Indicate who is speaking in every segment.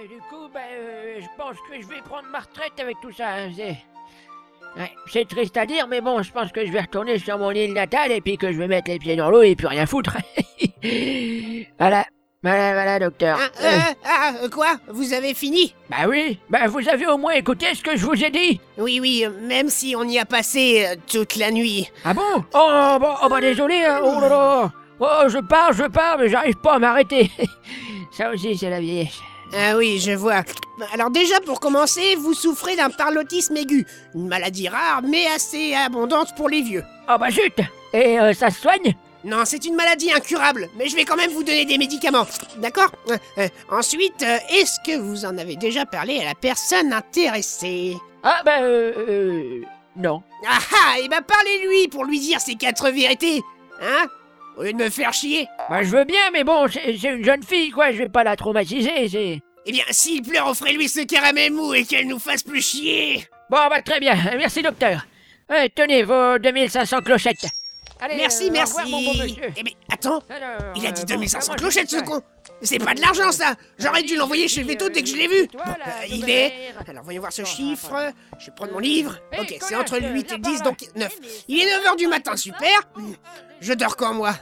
Speaker 1: Mais du coup, ben, euh, je pense que je vais prendre ma retraite avec tout ça. hein, c'est... Ouais, c'est triste à dire, mais bon, je pense que je vais retourner sur mon île natale et puis que je vais mettre les pieds dans l'eau et puis rien foutre. voilà, voilà, voilà, docteur.
Speaker 2: Ah,
Speaker 1: Euh,
Speaker 2: euh, ah, euh, quoi Vous avez fini
Speaker 1: bah oui, bah vous avez au moins écouté ce que je vous ai dit.
Speaker 2: Oui, oui, euh, même si on y a passé euh, toute la nuit.
Speaker 1: Ah bon Oh, bon, oh bah désolé, hein, oh là là. Oh, je pars, je pars, mais j'arrive pas à m'arrêter. ça aussi, c'est la vieillesse.
Speaker 2: Ah oui, je vois. Alors déjà, pour commencer, vous souffrez d'un parlotisme aigu. Une maladie rare, mais assez abondante pour les vieux.
Speaker 1: Oh bah zut Et euh, ça se soigne
Speaker 2: Non, c'est une maladie incurable, mais je vais quand même vous donner des médicaments. D'accord Euh, euh, Ensuite, euh, est-ce que vous en avez déjà parlé à la personne intéressée
Speaker 1: Ah bah euh, euh, non.
Speaker 2: Ah ah, et bah parlez-lui pour lui dire ces quatre vérités. Hein Au lieu de me faire chier.
Speaker 1: Bah je veux bien, mais bon, c'est c'est une jeune fille, quoi, je vais pas la traumatiser, c'est...
Speaker 2: Eh bien, s'il pleure, offrez-lui ce caramel mou et qu'elle nous fasse plus chier.
Speaker 1: Bon, bah très bien, merci docteur. Euh, tenez vos 2500 clochettes. Allez,
Speaker 2: Merci,
Speaker 1: euh, au
Speaker 2: merci.
Speaker 1: revoir, mon bon monsieur.
Speaker 2: eh mais attends,
Speaker 1: Alors,
Speaker 2: il a dit
Speaker 1: euh,
Speaker 2: 2500
Speaker 1: bon,
Speaker 2: clochettes ce
Speaker 1: comment je
Speaker 2: con. C'est pas de l'argent ça. J'aurais dû
Speaker 1: Oui,
Speaker 2: l'envoyer
Speaker 1: oui,
Speaker 2: chez le
Speaker 1: oui,
Speaker 2: veto
Speaker 1: euh,
Speaker 2: dès que je l'ai vu.
Speaker 1: toi, là,
Speaker 2: Bon, euh, il
Speaker 1: nouvelle
Speaker 2: est.
Speaker 1: ère.
Speaker 2: Alors voyons voir ce
Speaker 1: Bon, bah, enfin,
Speaker 2: chiffre. Je vais prendre mon livre.
Speaker 1: Eh,
Speaker 2: Ok, c'est entre le
Speaker 1: connasse,
Speaker 2: 8 et
Speaker 1: viens hein. par
Speaker 2: 10,
Speaker 1: là.
Speaker 2: donc 9. Il est 9h du matin, super. Je dors quand moi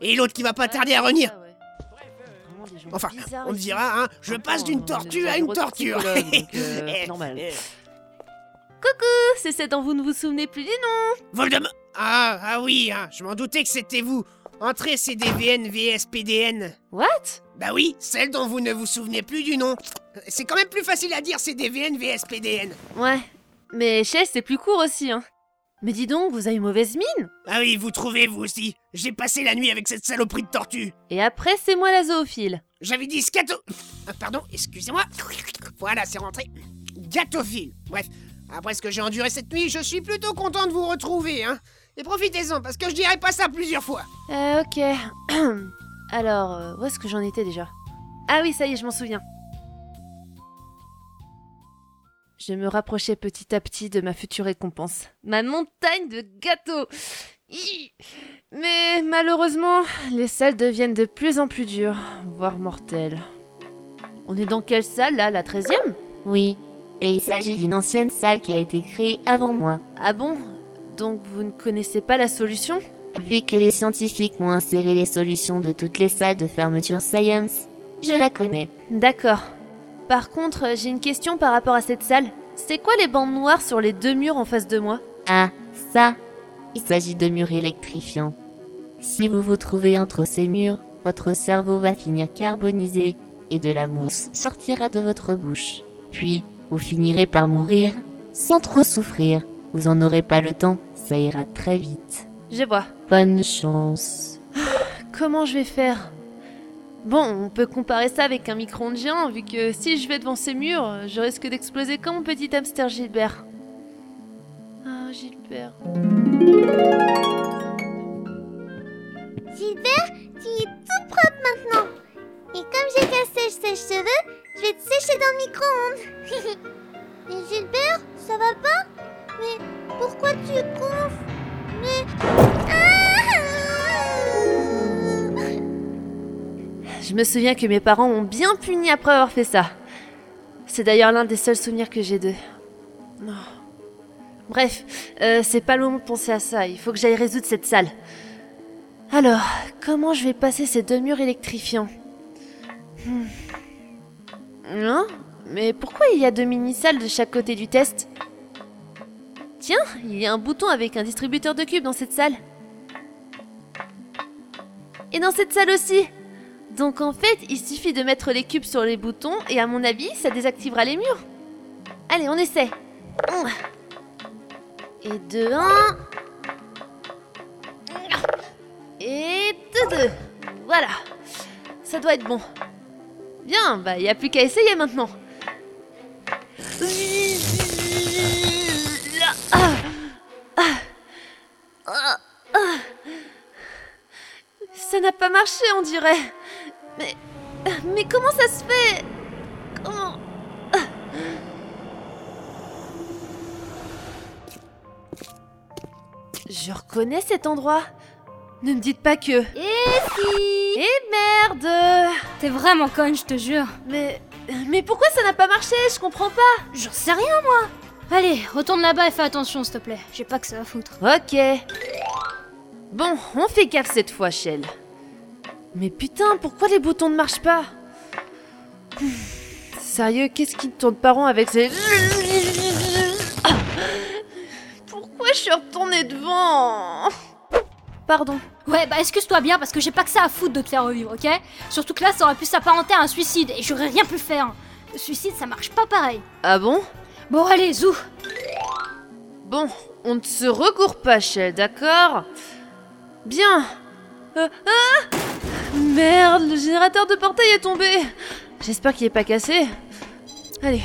Speaker 2: Et l'autre qui va pas tarder à revenir.
Speaker 3: Ah
Speaker 1: euh, Oh,
Speaker 2: Enfin, on te dira, hein, je passe d'une tortue à une torture. Eh,
Speaker 3: Normal.
Speaker 2: eh,
Speaker 3: Oh, C'est celle dont vous ne vous souvenez plus du nom.
Speaker 2: Voldemort Ah, ah oui, hein, je m'en doutais que c'était vous. Entrée CDVN VSPDN.
Speaker 3: What
Speaker 2: Bah oui, celle dont vous ne vous souvenez plus du nom. C'est quand même plus facile à dire CDVN VSPDN.
Speaker 3: Ouais. Mais chez c'est plus court aussi, hein. Mais dis donc, vous avez mauvaise mine.
Speaker 2: Ah oui, vous trouvez vous aussi. J'ai passé la nuit avec cette saloperie de tortue.
Speaker 3: Et après, c'est moi la zoophile.
Speaker 2: J'avais dit scato... Ah, pardon, excusez-moi. Voilà, c'est rentré. Gatophile. Bref, après ce que j'ai enduré cette nuit, je suis plutôt content de vous retrouver, hein. Et profitez-en, parce que je dirai pas ça plusieurs fois.
Speaker 3: Euh, ok. Alors, euh, où est-ce que j'en étais déjà Ah oui, ça y est, je m'en souviens. Je me rapprochais petit à petit de ma future récompense. Ma montagne de gâteaux Hi Mais malheureusement, les salles deviennent de plus en plus dures, voire mortelles. On est dans quelle salle là La 13 e
Speaker 4: Oui, et il s'agit d'une ancienne salle qui a été créée avant moi.
Speaker 3: Ah bon Donc vous ne connaissez pas la solution
Speaker 4: Vu que les scientifiques m'ont inséré les solutions de toutes les salles de fermeture Science, je la connais.
Speaker 3: D'accord. Par contre, euh, j'ai une question par rapport à cette salle. C'est quoi les bandes noires sur les deux murs en face de moi
Speaker 4: Ah, ça Il s'agit de murs électrifiants. Si vous vous trouvez entre ces murs, votre cerveau va finir carbonisé et de la mousse sortira de votre bouche. Puis, vous finirez par mourir sans trop souffrir. Vous en aurez pas le temps, ça ira très vite.
Speaker 3: Je vois.
Speaker 4: Bonne chance.
Speaker 3: Comment je vais faire Bon, on peut comparer ça avec un micro-ondes géant, vu que si je vais devant ces murs, euh, je risque d'exploser comme mon petit hamster Gilbert. Ah, Gilbert.
Speaker 5: Gilbert, tu es toute propre maintenant. Et comme j'ai cassé le sèche-cheveux, je vais te sécher dans le micro-ondes. Mais Gilbert, ça va pas Mais pourquoi tu gonfles Mais... Ah
Speaker 3: Je me souviens que mes parents m'ont bien puni après avoir fait ça. C'est d'ailleurs l'un des seuls souvenirs que j'ai d'eux. Non. Bref, euh, c'est pas le moment de penser à ça. Il faut que j'aille résoudre cette salle. Alors, comment je vais passer ces deux murs électrifiants Hmm. Non Mais pourquoi il y a deux mini-salles de chaque côté du test Tiens, il y a un bouton avec un distributeur de cubes dans cette salle. Et dans cette salle aussi donc en fait, il suffit de mettre les cubes sur les boutons et à mon avis, ça désactivera les murs. Allez, on essaie. Hum. Et de 1. Et de 2. Voilà. Ça doit être bon. Bien, bah il n'y a plus qu'à essayer maintenant. Ah. Ah. Ah. Ah. Ça n'a pas marché, on dirait. Mais. Mais comment ça se fait Comment Je reconnais cet endroit. Ne me dites pas que.
Speaker 5: Et si
Speaker 3: Eh merde
Speaker 6: T'es vraiment conne, je te jure.
Speaker 3: Mais. Mais pourquoi ça n'a pas marché Je comprends pas
Speaker 6: J'en sais rien, moi Allez, retourne là-bas et fais attention, s'il te plaît. J'ai pas que ça à foutre.
Speaker 3: Ok. Bon, on fait gaffe cette fois, Shell. Mais putain, pourquoi les boutons ne marchent pas Hum, Sérieux, qu'est-ce qui ne tourne pas rond avec ces... Ah Pourquoi je suis retournée devant Pardon.
Speaker 6: Ouais, bah excuse-toi bien, parce que j'ai pas que ça à foutre de te faire revivre, ok Surtout que là, ça aurait pu s'apparenter à un suicide, et j'aurais rien pu faire. Le suicide, ça marche pas pareil.
Speaker 3: Ah bon
Speaker 6: Bon, allez, zou
Speaker 3: Bon, on ne se recourt pas, Shell, d'accord Bien Euh, ah Merde, le générateur de portail est tombé J'espère qu'il n'est pas cassé. Allez.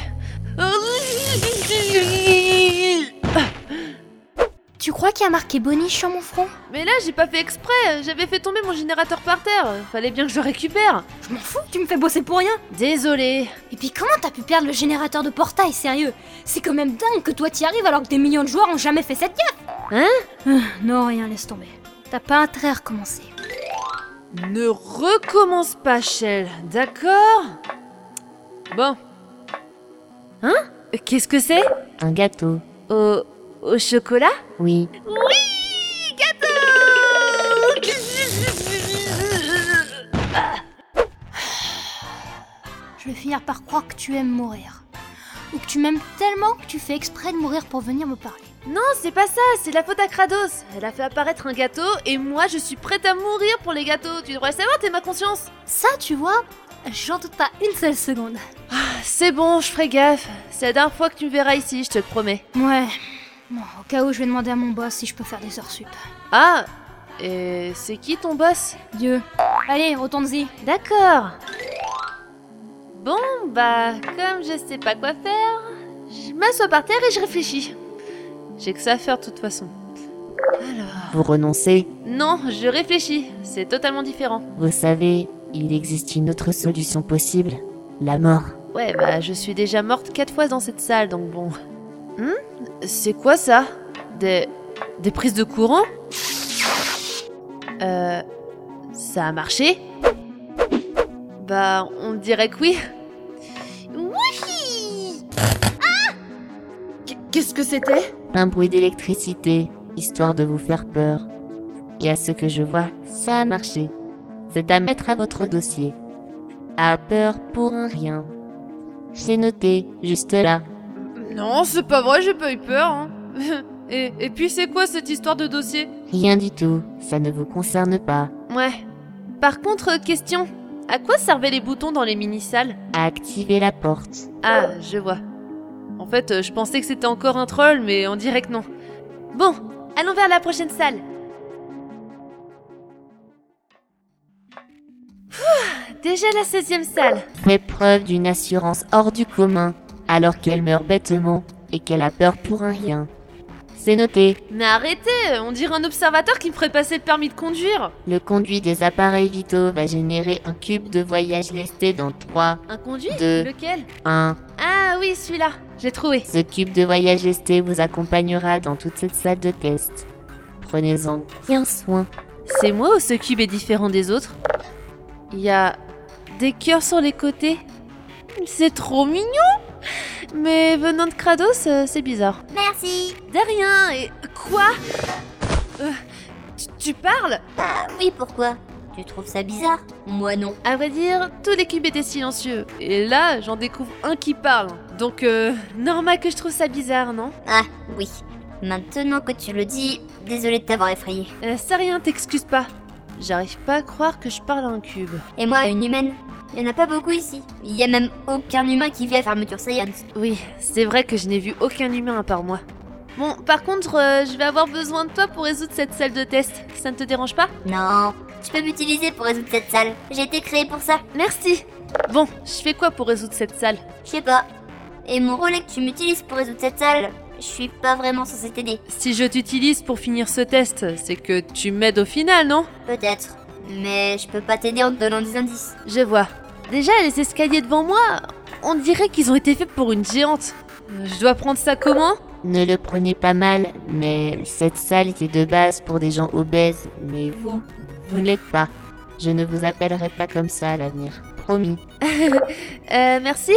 Speaker 6: Tu crois qu'il y a marqué Bonnie sur mon front
Speaker 3: Mais là, j'ai pas fait exprès, j'avais fait tomber mon générateur par terre. Fallait bien que je le récupère.
Speaker 6: Je m'en fous, tu me fais bosser pour rien
Speaker 3: Désolé.
Speaker 6: Et puis comment t'as pu perdre le générateur de portail, sérieux C'est quand même dingue que toi t'y arrives alors que des millions de joueurs ont jamais fait cette gaffe
Speaker 3: Hein
Speaker 6: Euh, Non, rien, laisse tomber. T'as pas intérêt à recommencer.
Speaker 3: Ne recommence pas, Shell, d'accord Bon. Hein Qu'est-ce que c'est
Speaker 4: Un gâteau.
Speaker 3: Au... au chocolat
Speaker 4: Oui,
Speaker 6: Je vais finir par croire que tu aimes mourir. Ou que tu m'aimes tellement que tu fais exprès de mourir pour venir me parler.
Speaker 3: Non, c'est pas ça, c'est la faute à Kratos. Elle a fait apparaître un gâteau et moi je suis prête à mourir pour les gâteaux. Tu devrais le savoir, t'es ma conscience.
Speaker 6: Ça, tu vois, j'en doute pas une seule seconde.
Speaker 3: C'est bon, je ferai gaffe. C'est la dernière fois que tu me verras ici, je te le promets.
Speaker 6: Ouais. Bon, au cas où, je vais demander à mon boss si je peux faire des heures sup.
Speaker 3: Ah, et c'est qui ton boss
Speaker 6: Dieu. Allez, retourne-y.
Speaker 3: D'accord. Bon, bah, comme je sais pas quoi faire, je m'assois par terre et je réfléchis. J'ai que ça à faire de toute façon. Alors.
Speaker 4: vous renoncez.
Speaker 3: Non, je réfléchis. C'est totalement différent.
Speaker 4: Vous savez, il existe une autre solution possible. La mort.
Speaker 3: Ouais, bah, je suis déjà morte quatre fois dans cette salle, donc bon. Hum C'est quoi ça Des. des prises de courant Euh. Ça a marché Bah, on dirait que oui. Wouhi Qu- Ah Qu'est-ce que c'était
Speaker 4: Un bruit d'électricité, histoire de vous faire peur. Et à ce que je vois, ça a marché. C'est à mettre à votre dossier. À peur pour un rien. J'ai noté, juste là.
Speaker 3: Non, c'est pas vrai, j'ai pas eu peur. hein. et, et puis, c'est quoi cette histoire de dossier
Speaker 4: Rien du tout, ça ne vous concerne pas.
Speaker 3: Ouais. Par contre, euh, question. À quoi servaient les boutons dans les mini-salles
Speaker 4: À activer la porte.
Speaker 3: Ah, je vois. En fait, euh, je pensais que c'était encore un troll, mais on dirait que non. Bon, allons vers la prochaine salle. Pfff, déjà la 16e salle.
Speaker 4: Fait preuve d'une assurance hors du commun, alors qu'elle meurt bêtement et qu'elle a peur pour un rien. C'est noté,
Speaker 3: Mais arrêtez, on dirait un observateur qui me ferait passer le permis de conduire.
Speaker 4: le conduit des appareils vitaux va générer un cube de voyage lesté dans 3,
Speaker 3: Un conduit
Speaker 4: Deux.
Speaker 3: Lequel
Speaker 4: 1.
Speaker 3: Ah oui, celui-là. J'ai trouvé.
Speaker 4: Ce cube de voyage lesté vous accompagnera dans toute cette salle de test. Prenez-en bien soin.
Speaker 3: C'est moi ou ce cube est différent des autres Il y a des cœurs sur les côtés. C'est trop mignon Mais venant de Kratos, euh, c'est bizarre.
Speaker 5: Merci.
Speaker 3: De rien et quoi Euh, tu, tu parles
Speaker 5: Oui, pourquoi Tu trouves ça bizarre Moi non.
Speaker 3: À vrai dire, tous les cubes étaient silencieux. Et là, j'en découvre un qui parle. Donc, euh, normal que je trouve ça bizarre, non
Speaker 5: Ah, oui. Maintenant que tu le dis, désolé de t'avoir effrayé.
Speaker 3: euh, C'est rien, t'excuse pas. J'arrive pas à croire que je parle à un cube.
Speaker 5: Et moi, une humaine Il n'y en a pas beaucoup ici. Il n'y a même aucun humain qui vit à Fermeture Science.
Speaker 3: Oui, c'est vrai que je n'ai vu aucun humain à part moi. Bon, par contre, euh, je vais avoir besoin de toi pour résoudre cette salle de test. Ça ne te dérange pas
Speaker 5: Non. Tu peux m'utiliser pour résoudre cette salle. J'ai été créée pour ça.
Speaker 3: Merci Bon, je fais quoi pour résoudre cette salle
Speaker 5: Je sais pas. Et mon rôle est que tu m'utilises pour résoudre cette salle. Je suis pas vraiment censée t'aider.
Speaker 3: Si je t'utilise pour finir ce test, c'est que tu m'aides au final, non
Speaker 5: Peut-être. Mais je peux pas t'aider en te donnant des indices.
Speaker 3: Je vois. Déjà, les escaliers devant moi, on dirait qu'ils ont été faits pour une géante. Euh, Je dois prendre ça comment
Speaker 4: Ne le prenez pas mal, mais cette salle était de base pour des gens obèses, mais vous, vous ne l'êtes pas. Je ne vous appellerai pas comme ça à l'avenir, promis.
Speaker 3: Euh, merci.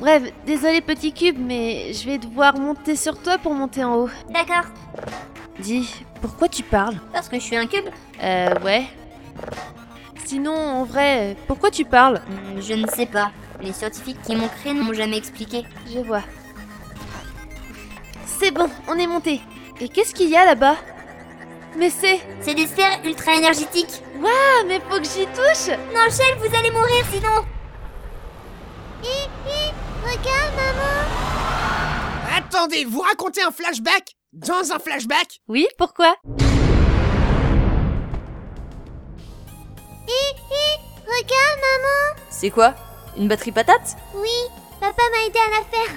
Speaker 3: Bref, désolé petit cube, mais je vais devoir monter sur toi pour monter en haut.
Speaker 5: D'accord,
Speaker 3: Dis, pourquoi tu parles
Speaker 5: parce que je suis un cube,
Speaker 3: Euh, ouais. Sinon, en vrai, euh, pourquoi tu parles
Speaker 5: Hmm, je ne sais pas. Les scientifiques qui m'ont créé ne m'ont jamais expliqué.
Speaker 3: Je vois. C'est bon, on est monté. Et qu'est-ce qu'il y a là-bas Mais c'est...
Speaker 5: C'est des sphères ultra énergétiques.
Speaker 3: Ah, mais faut que j'y touche
Speaker 5: Non, Shell, vous allez mourir sinon Hi hi Regarde, maman
Speaker 2: Attendez, vous racontez un flashback Dans un flashback
Speaker 3: Oui, pourquoi
Speaker 5: Hi hi Regarde, maman
Speaker 7: C'est quoi Une batterie patate
Speaker 5: Oui, papa m'a aidé à la faire.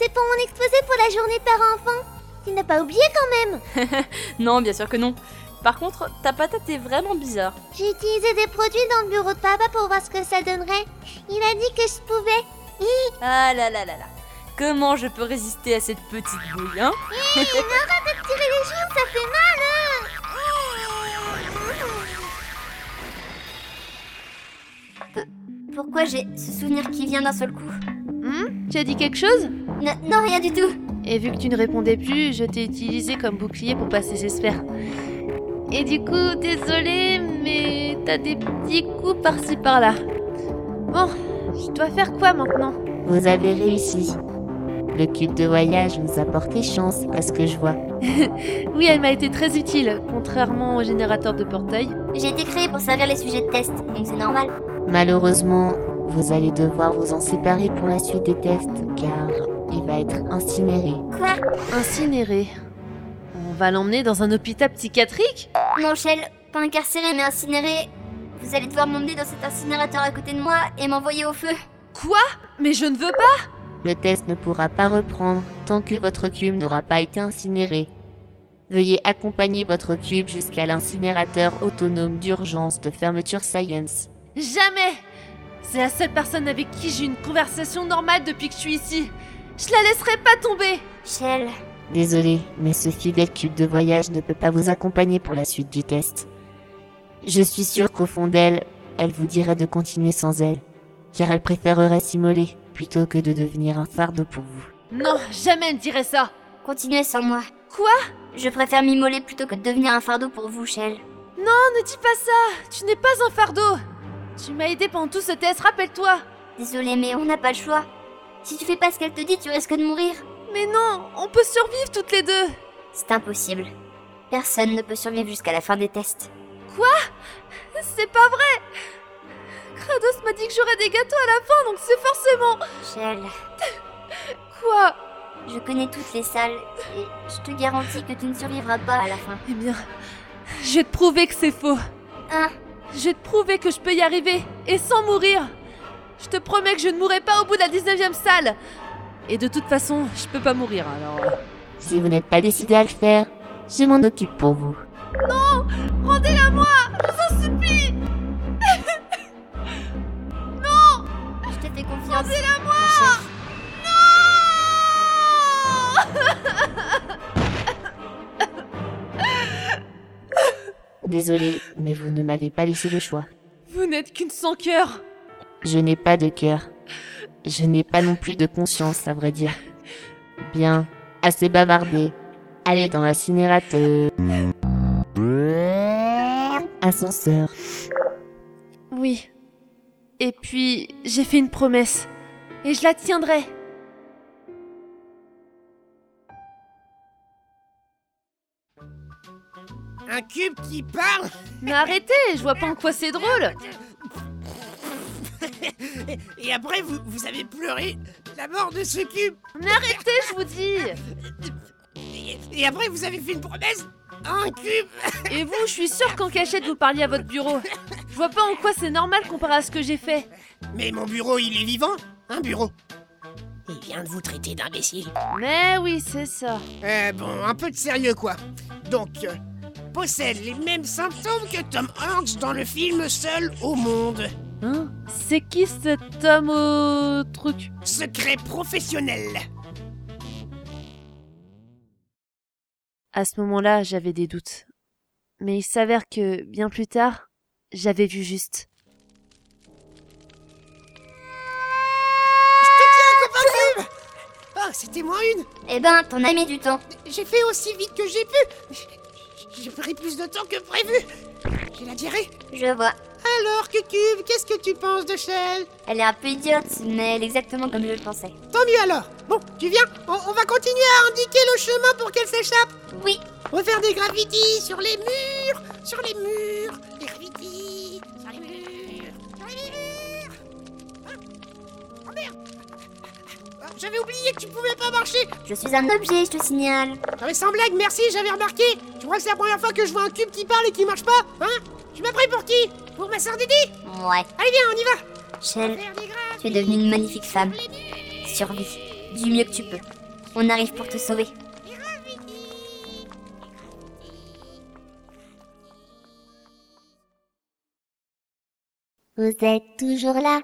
Speaker 5: C'est pour mon exposé pour la journée parents-enfants. Tu n'as pas oublié quand même
Speaker 7: Non, bien sûr que non. Par contre, ta patate est vraiment bizarre.
Speaker 5: J'ai utilisé des produits dans le bureau de papa pour voir ce que ça donnerait. Il a dit que je pouvais. Hi
Speaker 7: Ah là là là là. Comment je peux résister à cette petite bouille, hein
Speaker 5: hi Non, arrête de tirer les joues, ça fait mal hein. Euh, Pourquoi j'ai ce souvenir qui vient d'un seul coup
Speaker 3: Hmm Tu as dit quelque chose
Speaker 5: Non, rien du tout
Speaker 3: Et vu que tu ne répondais plus, je t'ai utilisé comme bouclier pour passer ces sphères. Et du coup, désolé, mais t'as des petits coups par-ci par-là. Bon, je dois faire quoi maintenant
Speaker 4: Vous avez réussi. Le cube de voyage vous a porté chance à ce que je vois.
Speaker 3: Oui, elle m'a été très utile, contrairement au générateur de portail.
Speaker 5: J'ai été créée pour servir les sujets de test, donc c'est normal.
Speaker 4: Malheureusement, vous allez devoir vous en séparer pour la suite des tests car il va être incinéré.
Speaker 5: Quoi
Speaker 3: Incinéré. On va l'emmener dans un hôpital psychiatrique
Speaker 5: Non, Shell, pas incarcéré mais incinéré. Vous allez devoir m'emmener dans cet incinérateur à côté de moi et m'envoyer au feu.
Speaker 3: Quoi Mais je ne veux pas
Speaker 4: Le test ne pourra pas reprendre tant que votre cube n'aura pas été incinéré. Veuillez accompagner votre cube jusqu'à l'incinérateur autonome d'urgence de fermeture Science.
Speaker 3: Jamais C'est la seule personne avec qui j'ai une conversation normale depuis que je suis ici. Je la laisserai pas tomber
Speaker 5: Shell,
Speaker 4: Désolé, mais ce fidèle cube de voyage ne peut pas vous accompagner pour la suite du test. Je suis sûre qu'au fond d'elle, elle vous dirait de continuer sans elle, car elle préférerait s'immoler plutôt que de devenir un fardeau pour vous.
Speaker 3: Non, jamais elle ne dirait ça
Speaker 5: continuez sans moi.
Speaker 3: Quoi
Speaker 5: Je préfère m'immoler plutôt que de devenir un fardeau pour vous, Shell.
Speaker 3: Ne dis pas ça Tu n'es pas un fardeau Tu m'as aidé pendant tout ce test, rappelle-toi
Speaker 5: Désolée, mais on n'a pas le choix. Si tu fais pas ce qu'elle te dit, tu risques de mourir.
Speaker 3: Mais non On peut survivre toutes les deux
Speaker 5: C'est impossible. Personne ne peut survivre jusqu'à la fin des tests.
Speaker 3: C'est pas vrai Kratos m'a dit que j'aurais des gâteaux à la fin, donc c'est forcément...
Speaker 5: Shell,
Speaker 3: Quoi
Speaker 5: je connais toutes les salles et je te garantis que tu ne survivras pas à la fin.
Speaker 3: Eh bien, je vais te prouver que c'est faux.
Speaker 5: Hein
Speaker 3: Je vais te prouver que je peux y arriver, et sans mourir. Je te promets que je ne mourrai pas au bout de la 19ème salle. Et de toute façon, je peux pas mourir, alors... euh,
Speaker 4: Si vous n'êtes pas décidé à le faire, je m'en occupe pour vous.
Speaker 3: Rendez-la moi Je vous en supplie
Speaker 5: Je te fais confiance.
Speaker 4: Désolé, mais vous ne m'avez pas laissé le choix.
Speaker 3: Vous n'êtes qu'une sans cœur
Speaker 4: Je n'ai pas de cœur. Je n'ai pas non plus de conscience, à vrai dire. Bien, assez bavardé. Allez dans l'incinérateur. Ascenseur.
Speaker 3: Oui. Et puis, j'ai fait une promesse. Et je la tiendrai.
Speaker 2: Un cube qui parle
Speaker 3: Mais arrêtez, je vois pas en quoi c'est drôle.
Speaker 2: Et- Et après, vous, vous avez pleuré la mort de ce cube
Speaker 3: Mais arrêtez, je vous dis.
Speaker 2: Et, et après, vous avez fait une promesse à un cube
Speaker 3: Et vous, je suis sûre qu'en cachette vous parliez à votre bureau. Je vois pas en quoi c'est normal comparé à ce que j'ai fait.
Speaker 2: Mais mon bureau, il est vivant Un bureau Il vient de vous traiter d'imbécile.
Speaker 3: Mais oui, c'est ça.
Speaker 2: Euh, bon, un peu de sérieux, quoi. Donc, euh, possède les mêmes symptômes que Tom Hanks dans le film Seul au monde.
Speaker 3: Hein C'est qui ce Tom au truc
Speaker 2: Secret professionnel.
Speaker 3: À ce moment-là, j'avais des doutes. Mais il s'avère que, bien plus tard, j'avais vu juste.
Speaker 2: Ah, C'était moins une
Speaker 5: Eh ben, t'en as mis du temps.
Speaker 2: J'ai fait aussi vite que j'ai pu J'ai pris plus de temps que prévu J'ai la diarrhée
Speaker 5: Je vois.
Speaker 2: Alors, Cucube, qu'est-ce que tu penses de Shell
Speaker 5: Elle est un peu idiote, mais elle est exactement comme je le pensais.
Speaker 2: Tant mieux alors Bon, tu viens on, on va continuer à indiquer le chemin pour qu'elle s'échappe
Speaker 5: Oui,
Speaker 2: On va faire des graffitis sur les murs Sur les murs Des graffitis Sur les murs Sur les murs Ah Oh merde Ah, J'avais oublié que tu pouvais pas marcher
Speaker 5: je suis un objet, je te signale.
Speaker 2: Non mais sans blague, merci, j'avais remarqué Tu crois que c'est la première fois que je vois un cube qui parle et qui marche pas Hein Tu m'as pris pour qui Pour ma sœur Didi
Speaker 5: Ouais,
Speaker 2: Allez viens, on y va
Speaker 5: Shell,
Speaker 2: Faire des graphes
Speaker 5: tu es devenue une magnifique femme. Survis, du mieux que tu peux. On arrive pour te sauver. Vous êtes toujours là